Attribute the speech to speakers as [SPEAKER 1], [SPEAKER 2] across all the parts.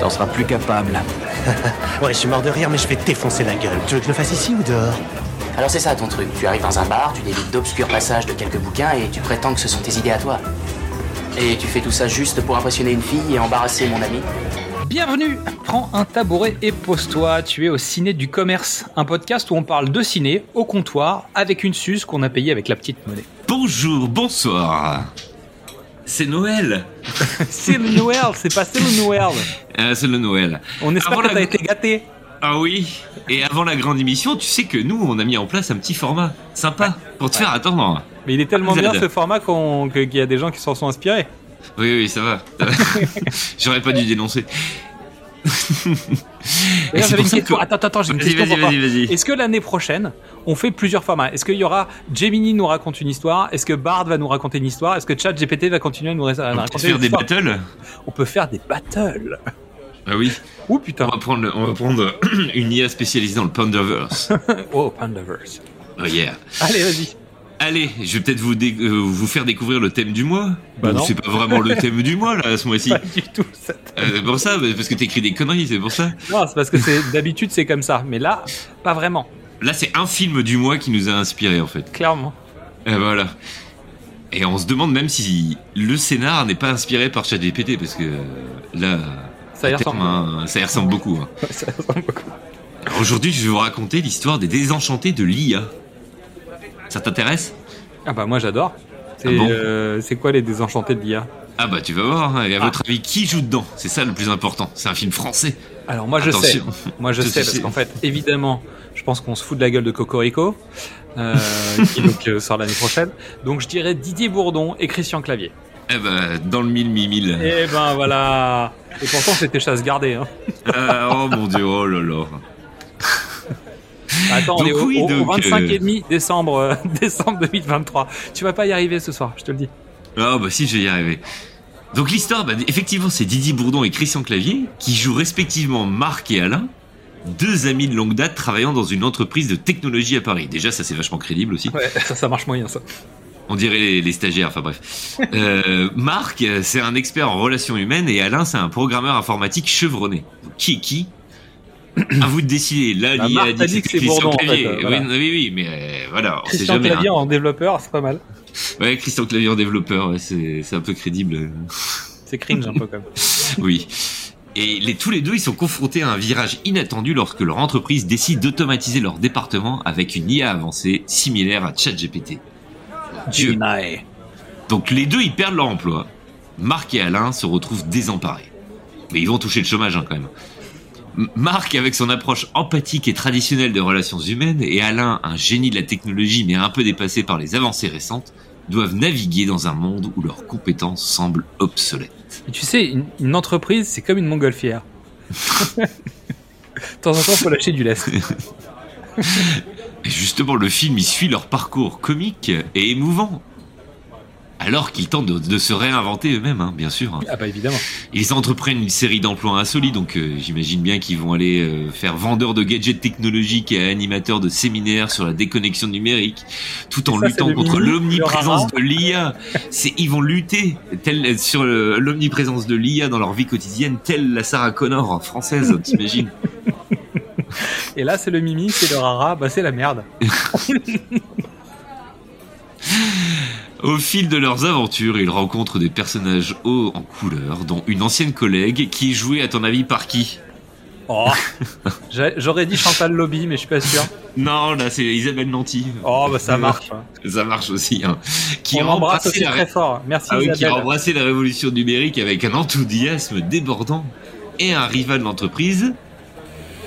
[SPEAKER 1] T'en seras plus capable.
[SPEAKER 2] Ouais, je suis mort de rire, mais je vais défoncer la gueule. Tu veux que je le fasse ici ou dehors
[SPEAKER 3] Alors c'est ça ton truc, tu arrives dans un bar, tu délites d'obscurs passages de quelques bouquins et tu prétends que ce sont tes idées à toi. Et tu fais tout ça juste pour impressionner une fille et embarrasser mon ami
[SPEAKER 4] Bienvenue Prends un tabouret et pose-toi, tu es au Ciné du Commerce, un podcast où on parle de ciné au comptoir avec une suce qu'on a payée avec la petite monnaie.
[SPEAKER 5] Bonjour, bonsoir. C'est Noël.
[SPEAKER 4] C'est le Noël, c'est passé le Noël
[SPEAKER 5] Euh, c'est le Noël.
[SPEAKER 4] On espère
[SPEAKER 5] Avant
[SPEAKER 4] que
[SPEAKER 5] la-
[SPEAKER 4] t'as été gâté
[SPEAKER 5] Ah oui. Et avant la grande émission, tu sais que nous, on a mis en place un petit format sympa pour te faire attendre.
[SPEAKER 4] Mais il est tellement bien
[SPEAKER 5] Zed.
[SPEAKER 4] ce format qu'on- que- qu'il y a des gens qui s'en sont inspirés.
[SPEAKER 5] Oui, oui, ça va. Ça va. J'aurais pas dû dénoncer. Et
[SPEAKER 4] D'ailleurs,
[SPEAKER 5] c'est
[SPEAKER 4] j'avais une
[SPEAKER 5] pour ça
[SPEAKER 4] question.
[SPEAKER 5] que-
[SPEAKER 4] Attends, attends, attends, j'ai une
[SPEAKER 5] Vas-y,
[SPEAKER 4] question
[SPEAKER 5] vas-y,
[SPEAKER 4] pour toi.
[SPEAKER 5] vas-y, vas-y.
[SPEAKER 4] Est-ce que l'année prochaine, on fait plusieurs formats Est-ce qu'il y aura Gemini nous raconte une histoire Est-ce que Bard va nous raconter une histoire Est-ce que ChatGPT va continuer à nous, ra- à nous
[SPEAKER 5] On peut
[SPEAKER 4] raconter une
[SPEAKER 5] faire des
[SPEAKER 4] histoire
[SPEAKER 5] battles.
[SPEAKER 4] On peut faire des battles.
[SPEAKER 5] Ah oui.
[SPEAKER 4] Ouh putain.
[SPEAKER 5] On va prendre, on va prendre une IA spécialisée dans le Pandaverse.
[SPEAKER 4] Oh, Pandaverse.
[SPEAKER 5] Oh yeah.
[SPEAKER 4] Allez, vas-y.
[SPEAKER 5] Allez, je vais peut-être vous, dé- euh, vous faire découvrir le thème du mois.
[SPEAKER 4] Bah
[SPEAKER 5] Ou
[SPEAKER 4] non.
[SPEAKER 5] C'est pas vraiment le thème du mois là, ce mois-ci.
[SPEAKER 4] Pas du tout. ça.
[SPEAKER 5] Euh, c'est pour ça, parce que t'écris des conneries, c'est pour ça.
[SPEAKER 4] Non, c'est parce que c'est d'habitude c'est comme ça, mais là, pas vraiment,
[SPEAKER 5] Là, c'est un film du mois qui nous a inspiré en fait.
[SPEAKER 4] clairement.
[SPEAKER 5] Et voilà. Et on se demande même si le scénar n'est pas inspiré par ChatGPT parce que euh, là,
[SPEAKER 4] Ça y
[SPEAKER 5] à terme,
[SPEAKER 4] ressemble.
[SPEAKER 5] hein, ça y ressemble beaucoup. hein. Alors, Aujourd'hui, je vais vous raconter l'histoire des désenchantés de l'IA. Ça t'intéresse
[SPEAKER 4] Ah bah moi j'adore. C'est
[SPEAKER 5] Ah bon
[SPEAKER 4] euh, c'est quoi les désenchantés de l'IA
[SPEAKER 5] Ah bah tu vas voir. hein. Et à
[SPEAKER 4] Ah.
[SPEAKER 5] votre avis, qui joue dedans C'est ça le plus important. C'est un film français.
[SPEAKER 4] Alors moi je
[SPEAKER 5] Attention.
[SPEAKER 4] sais, moi je
[SPEAKER 5] Je
[SPEAKER 4] sais
[SPEAKER 5] sais.
[SPEAKER 4] parce qu'en fait évidemment, je pense qu'on se fout de la gueule de Cocorico, euh, qui donc euh, sort l'année prochaine. Donc je dirais Didier Bourdon et Christian Clavier.
[SPEAKER 5] Eh bah, dans le mille mi mille.
[SPEAKER 4] Eh ben voilà. Et pourtant c'était chasse gardée. Hein.
[SPEAKER 5] Ah, oh mon dieu, oh là là.
[SPEAKER 4] Attends, on
[SPEAKER 5] Donc
[SPEAKER 4] est au,
[SPEAKER 5] oui,
[SPEAKER 4] au- au
[SPEAKER 5] donc,
[SPEAKER 4] 25
[SPEAKER 5] euh,
[SPEAKER 4] et demi décembre euh, décembre 2023. Tu vas pas y arriver ce soir, je te le dis.
[SPEAKER 5] Ah bah si, je vais y arriver. Donc l'histoire, bah, effectivement, c'est Didier Bourdon et Christian Clavier qui jouent respectivement Marc et Alain, deux amis de longue date travaillant dans une entreprise de technologie à Paris. Déjà, ça c'est vachement crédible aussi.
[SPEAKER 4] Ouais, ça ça marche moyen ça.
[SPEAKER 5] On dirait les, les stagiaires, enfin bref. Euh, Marc, euh, c'est un expert en relations humaines et Alain, c'est un programmeur informatique chevronné. Donc, qui est qui À vous de décider. Là,
[SPEAKER 4] Bah,
[SPEAKER 5] l'IA
[SPEAKER 4] Marc
[SPEAKER 5] a
[SPEAKER 4] a
[SPEAKER 5] dit
[SPEAKER 4] dit
[SPEAKER 5] que
[SPEAKER 4] que c'est
[SPEAKER 5] c'était Christian
[SPEAKER 4] Bourdon, en fait,
[SPEAKER 5] Clavier.
[SPEAKER 4] euh, voilà.
[SPEAKER 5] oui, oui, oui, mais euh, voilà, on sait
[SPEAKER 4] Christian
[SPEAKER 5] jamais. hein.
[SPEAKER 4] Clavier en développeur, c'est pas mal.
[SPEAKER 5] Ouais, Christian Clavier en développeur, ouais, c'est c'est un peu crédible.
[SPEAKER 4] C'est cringe un peu quand même.
[SPEAKER 5] Oui. Et les, tous les deux, ils sont confrontés à un virage inattendu lorsque leur entreprise décide d'automatiser leur département avec une IA avancée similaire à ChatGPT. Dieu. Donc les deux, ils perdent leur emploi. Marc et Alain se retrouvent désemparés. Mais ils vont toucher le chômage hein, quand même. M- Marc avec son approche empathique et traditionnelle des relations humaines et Alain, un génie de la technologie mais un peu dépassé par les avancées récentes, doivent naviguer dans un monde où leurs compétences semblent obsolètes.
[SPEAKER 4] Et tu sais, une, une entreprise, c'est comme une montgolfière. de temps en temps, faut lâcher du lest.
[SPEAKER 5] Et justement, le film, il suit leur parcours comique et émouvant. Alors qu'ils tentent de, de se réinventer eux-mêmes, hein, bien sûr.
[SPEAKER 4] Ah bah évidemment.
[SPEAKER 5] Ils entreprennent une série d'emplois insolites, donc euh, j'imagine bien qu'ils vont aller euh, faire vendeur de gadgets technologiques et animateur de séminaires sur la déconnexion numérique, tout en
[SPEAKER 4] Et ça,
[SPEAKER 5] luttant
[SPEAKER 4] c'est le
[SPEAKER 5] contre
[SPEAKER 4] mini,
[SPEAKER 5] l'omniprésence
[SPEAKER 4] le
[SPEAKER 5] de l'IA. C'est ils vont lutter tel, sur euh, l'omniprésence de l'IA dans leur vie quotidienne, telle la Sarah Connor française, t'imagines
[SPEAKER 4] Et là, c'est le mimi, c'est le rara, bah c'est la merde.
[SPEAKER 5] Au fil de leurs aventures, ils rencontrent des personnages hauts en couleur, dont une ancienne collègue qui est jouée, à ton avis, par qui
[SPEAKER 4] Oh. J'a- J'aurais dit Chantal Lobby, mais je suis pas sûr.
[SPEAKER 5] Non, là, c'est Isabelle Nanty.
[SPEAKER 4] Oh bah ça marche. hein.
[SPEAKER 5] Ça marche aussi. Hein. Euh, Qui
[SPEAKER 4] On
[SPEAKER 5] a
[SPEAKER 4] l'embrasse
[SPEAKER 5] embrassé
[SPEAKER 4] aussi
[SPEAKER 5] la ré-
[SPEAKER 4] très fort. Merci
[SPEAKER 5] Ah oui, qui a
[SPEAKER 4] Isabelle.
[SPEAKER 5] embrassé la révolution numérique avec un enthousiasme débordant et un rival d'entreprise.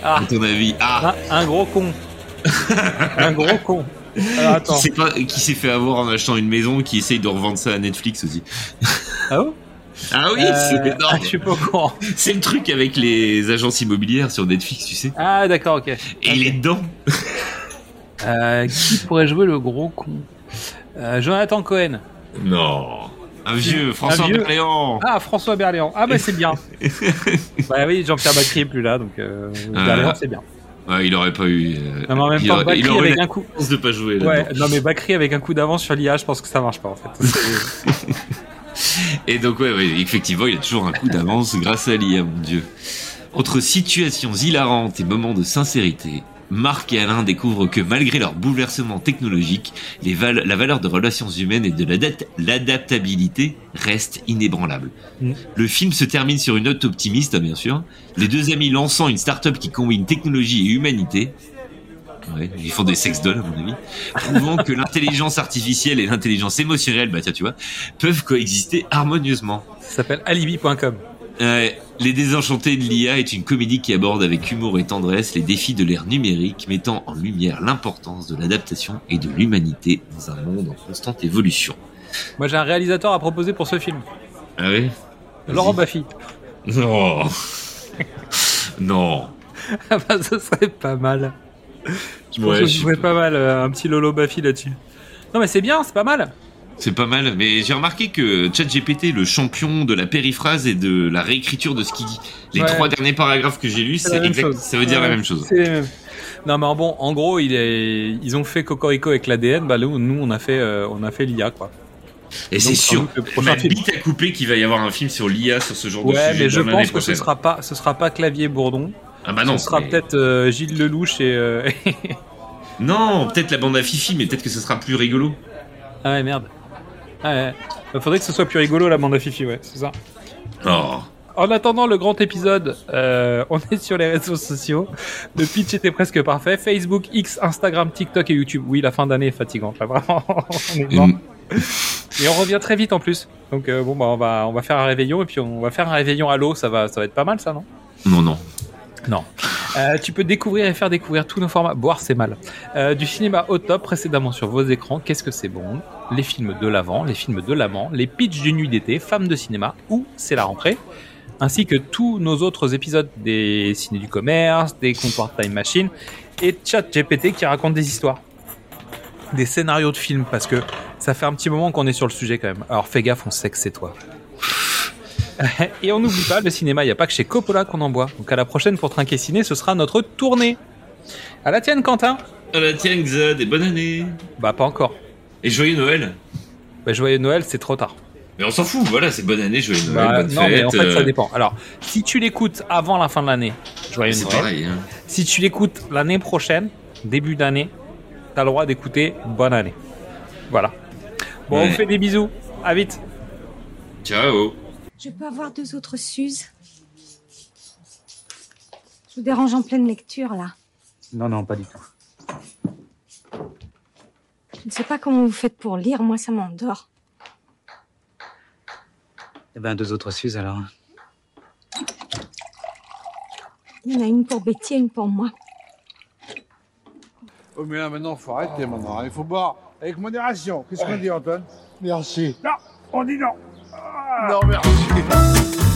[SPEAKER 4] Ah.
[SPEAKER 5] À ton avis, ah,
[SPEAKER 4] Un, un gros con. un gros con. Alors,
[SPEAKER 5] qui
[SPEAKER 4] attends.
[SPEAKER 5] s'est pas- qui s'est fait avoir en achetant une maison, qui essaye de revendre ça à Netflix aussi.
[SPEAKER 4] Ah oh
[SPEAKER 5] Ah oui,
[SPEAKER 4] Euh,
[SPEAKER 5] c'est
[SPEAKER 4] ah,
[SPEAKER 5] énorme.
[SPEAKER 4] je suis pas au courant.
[SPEAKER 5] C'est le truc avec les agences immobilières sur Netflix, tu sais.
[SPEAKER 4] Ah, d'accord, ok.
[SPEAKER 5] Et il est dedans.
[SPEAKER 4] Euh, qui pourrait jouer le gros con Euh, Jonathan Cohen.
[SPEAKER 5] Non. Un vieux, François
[SPEAKER 4] vieux.
[SPEAKER 5] Berléand.
[SPEAKER 4] Ah, François Berléand. Ah, bah c'est bien. bah oui, Jean-Pierre Bacri est plus là, donc euh, Berléand, c'est bien.
[SPEAKER 5] Ouais, il aurait pas eu. euh,
[SPEAKER 4] Non, mais en même
[SPEAKER 5] il
[SPEAKER 4] temps,
[SPEAKER 5] aurait-
[SPEAKER 4] Bacri
[SPEAKER 5] il aurait
[SPEAKER 4] avec
[SPEAKER 5] la
[SPEAKER 4] un coup.
[SPEAKER 5] chance de pas jouer. là-dedans.
[SPEAKER 4] Ouais, non, mais Bacri avec un coup d'avance sur l'IA, je pense que ça marche pas en fait. C'est-
[SPEAKER 5] Et donc, ouais, ouais, effectivement, il a toujours un coup d'avance grâce à l'IA, mon Dieu. Entre situations hilarantes et moments de sincérité, Marc et Alain découvrent que malgré leur bouleversement technologique, les val- la valeur de relations humaines et de l'adapt- l'adaptabilité reste inébranlable.
[SPEAKER 4] Mm.
[SPEAKER 5] Le film se termine sur une note optimiste, hein, bien sûr. Les deux amis lançant une start-up qui combine technologie et humanité. Ouais, ils font des sex dolls, à mon avis. Prouvant que l'intelligence artificielle et l'intelligence émotionnelle, bah tiens, tu vois, peuvent coexister harmonieusement.
[SPEAKER 4] Ça s'appelle alibi.com.
[SPEAKER 5] Euh, les Désenchantés de l'IA est une comédie qui aborde avec humour et tendresse les défis de l'ère numérique, mettant en lumière l'importance de l'adaptation et de l'humanité dans un monde en constante évolution.
[SPEAKER 4] Moi, j'ai un réalisateur à proposer pour ce film.
[SPEAKER 5] Ah oui
[SPEAKER 4] Laurent Baffy.
[SPEAKER 5] Non Non
[SPEAKER 4] Ah bah, ce serait pas mal. Je pense
[SPEAKER 5] Ouais,
[SPEAKER 4] que
[SPEAKER 5] je
[SPEAKER 4] je
[SPEAKER 5] sais
[SPEAKER 4] ferais
[SPEAKER 5] pas.
[SPEAKER 4] pas mal, euh, un petit Lolo Baffy là-dessus. Non, mais c'est bien, c'est pas mal.
[SPEAKER 5] C'est pas mal, mais j'ai remarqué que ChatGPT, le champion de la périphrase et de la réécriture de ce qu'il dit, les
[SPEAKER 4] Ouais.
[SPEAKER 5] trois derniers paragraphes que j'ai lus,
[SPEAKER 4] C'est la
[SPEAKER 5] c'est
[SPEAKER 4] même
[SPEAKER 5] exact,
[SPEAKER 4] chose.
[SPEAKER 5] ça veut dire la
[SPEAKER 4] Ouais,
[SPEAKER 5] même chose.
[SPEAKER 4] c'est les mêmes. Non mais bon, en gros, il est- ils ont fait Cocorico avec l'ADN, bah nous, nous, on a fait, euh, on a fait l'IA quoi.
[SPEAKER 5] Et
[SPEAKER 4] Donc, sans
[SPEAKER 5] c'est sûr,
[SPEAKER 4] doute, le prochain
[SPEAKER 5] ma
[SPEAKER 4] film.
[SPEAKER 5] bite à couper qu'il va y avoir un film sur l'IA sur ce genre de
[SPEAKER 4] Ouais,
[SPEAKER 5] sujet
[SPEAKER 4] mais je
[SPEAKER 5] dans l'année
[SPEAKER 4] pense que ce
[SPEAKER 5] prochaine.
[SPEAKER 4] sera pas, ce sera pas Clavier Bourdon,
[SPEAKER 5] Ah bah non,
[SPEAKER 4] ce sera
[SPEAKER 5] mais-
[SPEAKER 4] peut-être euh, Gilles Lelouch et. euh,
[SPEAKER 5] Non, peut-être la bande à Fifi, mais peut-être que ce sera plus rigolo.
[SPEAKER 4] ah ouais merde. Ah ouais. Bah, faudrait que ce soit plus rigolo la bande à Fifi, ouais, c'est ça.
[SPEAKER 5] Oh.
[SPEAKER 4] En attendant le grand épisode, euh, on est sur les réseaux sociaux. Le pitch était presque parfait. Facebook, X, Instagram, TikTok et YouTube. Oui, la fin d'année est fatigante, là, vraiment. On est mort. Et on revient très vite en plus. Donc euh, bon bah on va on va faire un réveillon et puis on va faire un réveillon à l'eau, ça va ça va être pas mal ça non
[SPEAKER 5] Non, non.
[SPEAKER 4] Non. Euh, tu peux découvrir et faire découvrir tous nos formats. Boire c'est mal. Euh, du cinéma au top précédemment sur vos écrans. Qu'est-ce que c'est bon Les films de l'avant, les films de l'amant, les pitchs d'une nuit d'été, femmes de cinéma ou c'est la rentrée. Ainsi que tous nos autres épisodes des ciné du commerce, des comptoirs Time Machine et Chat GPT qui raconte des histoires, des scénarios de films parce que ça fait un petit moment qu'on est sur le sujet quand même. Alors fais gaffe, on sait que c'est toi. Et on n'oublie pas, le cinéma, il n'y a pas que chez Coppola qu'on en boit. Donc à la prochaine pour Trinquer Ciné, ce sera notre tournée. À la tienne, Quentin
[SPEAKER 5] À la tienne, Xad, et bonne année.
[SPEAKER 4] Bah, pas encore.
[SPEAKER 5] Et joyeux Noël.
[SPEAKER 4] Bah, joyeux Noël, c'est trop tard.
[SPEAKER 5] Mais on s'en fout, voilà, c'est bonne année, joyeux Noël.
[SPEAKER 4] Bah,
[SPEAKER 5] bonne
[SPEAKER 4] non, mais en
[SPEAKER 5] fête,
[SPEAKER 4] fait, ça
[SPEAKER 5] euh,
[SPEAKER 4] dépend. Alors, si tu l'écoutes avant la fin de l'année, joyeux
[SPEAKER 5] C'est
[SPEAKER 4] Noël.
[SPEAKER 5] pareil. hein.
[SPEAKER 4] Si tu l'écoutes l'année prochaine, début d'année, t'as le droit d'écouter bonne année. Voilà. Bon, on
[SPEAKER 5] Ouais.
[SPEAKER 4] vous fait des bisous. À vite.
[SPEAKER 5] Ciao.
[SPEAKER 6] Je peux avoir deux autres Suzes Je vous dérange en pleine lecture, là.
[SPEAKER 1] Non, non, pas du tout.
[SPEAKER 6] Je ne sais pas comment vous faites pour lire, moi ça m'endort.
[SPEAKER 1] Eh ben, deux autres Suzes alors.
[SPEAKER 6] Il y en a une pour Betty et une pour moi.
[SPEAKER 7] Oh, mais là, maintenant, faut arrêter, maintenant. Il faut boire avec modération. Qu'est-ce qu'on dit, Anton Merci. Non, on dit non. Non, merci.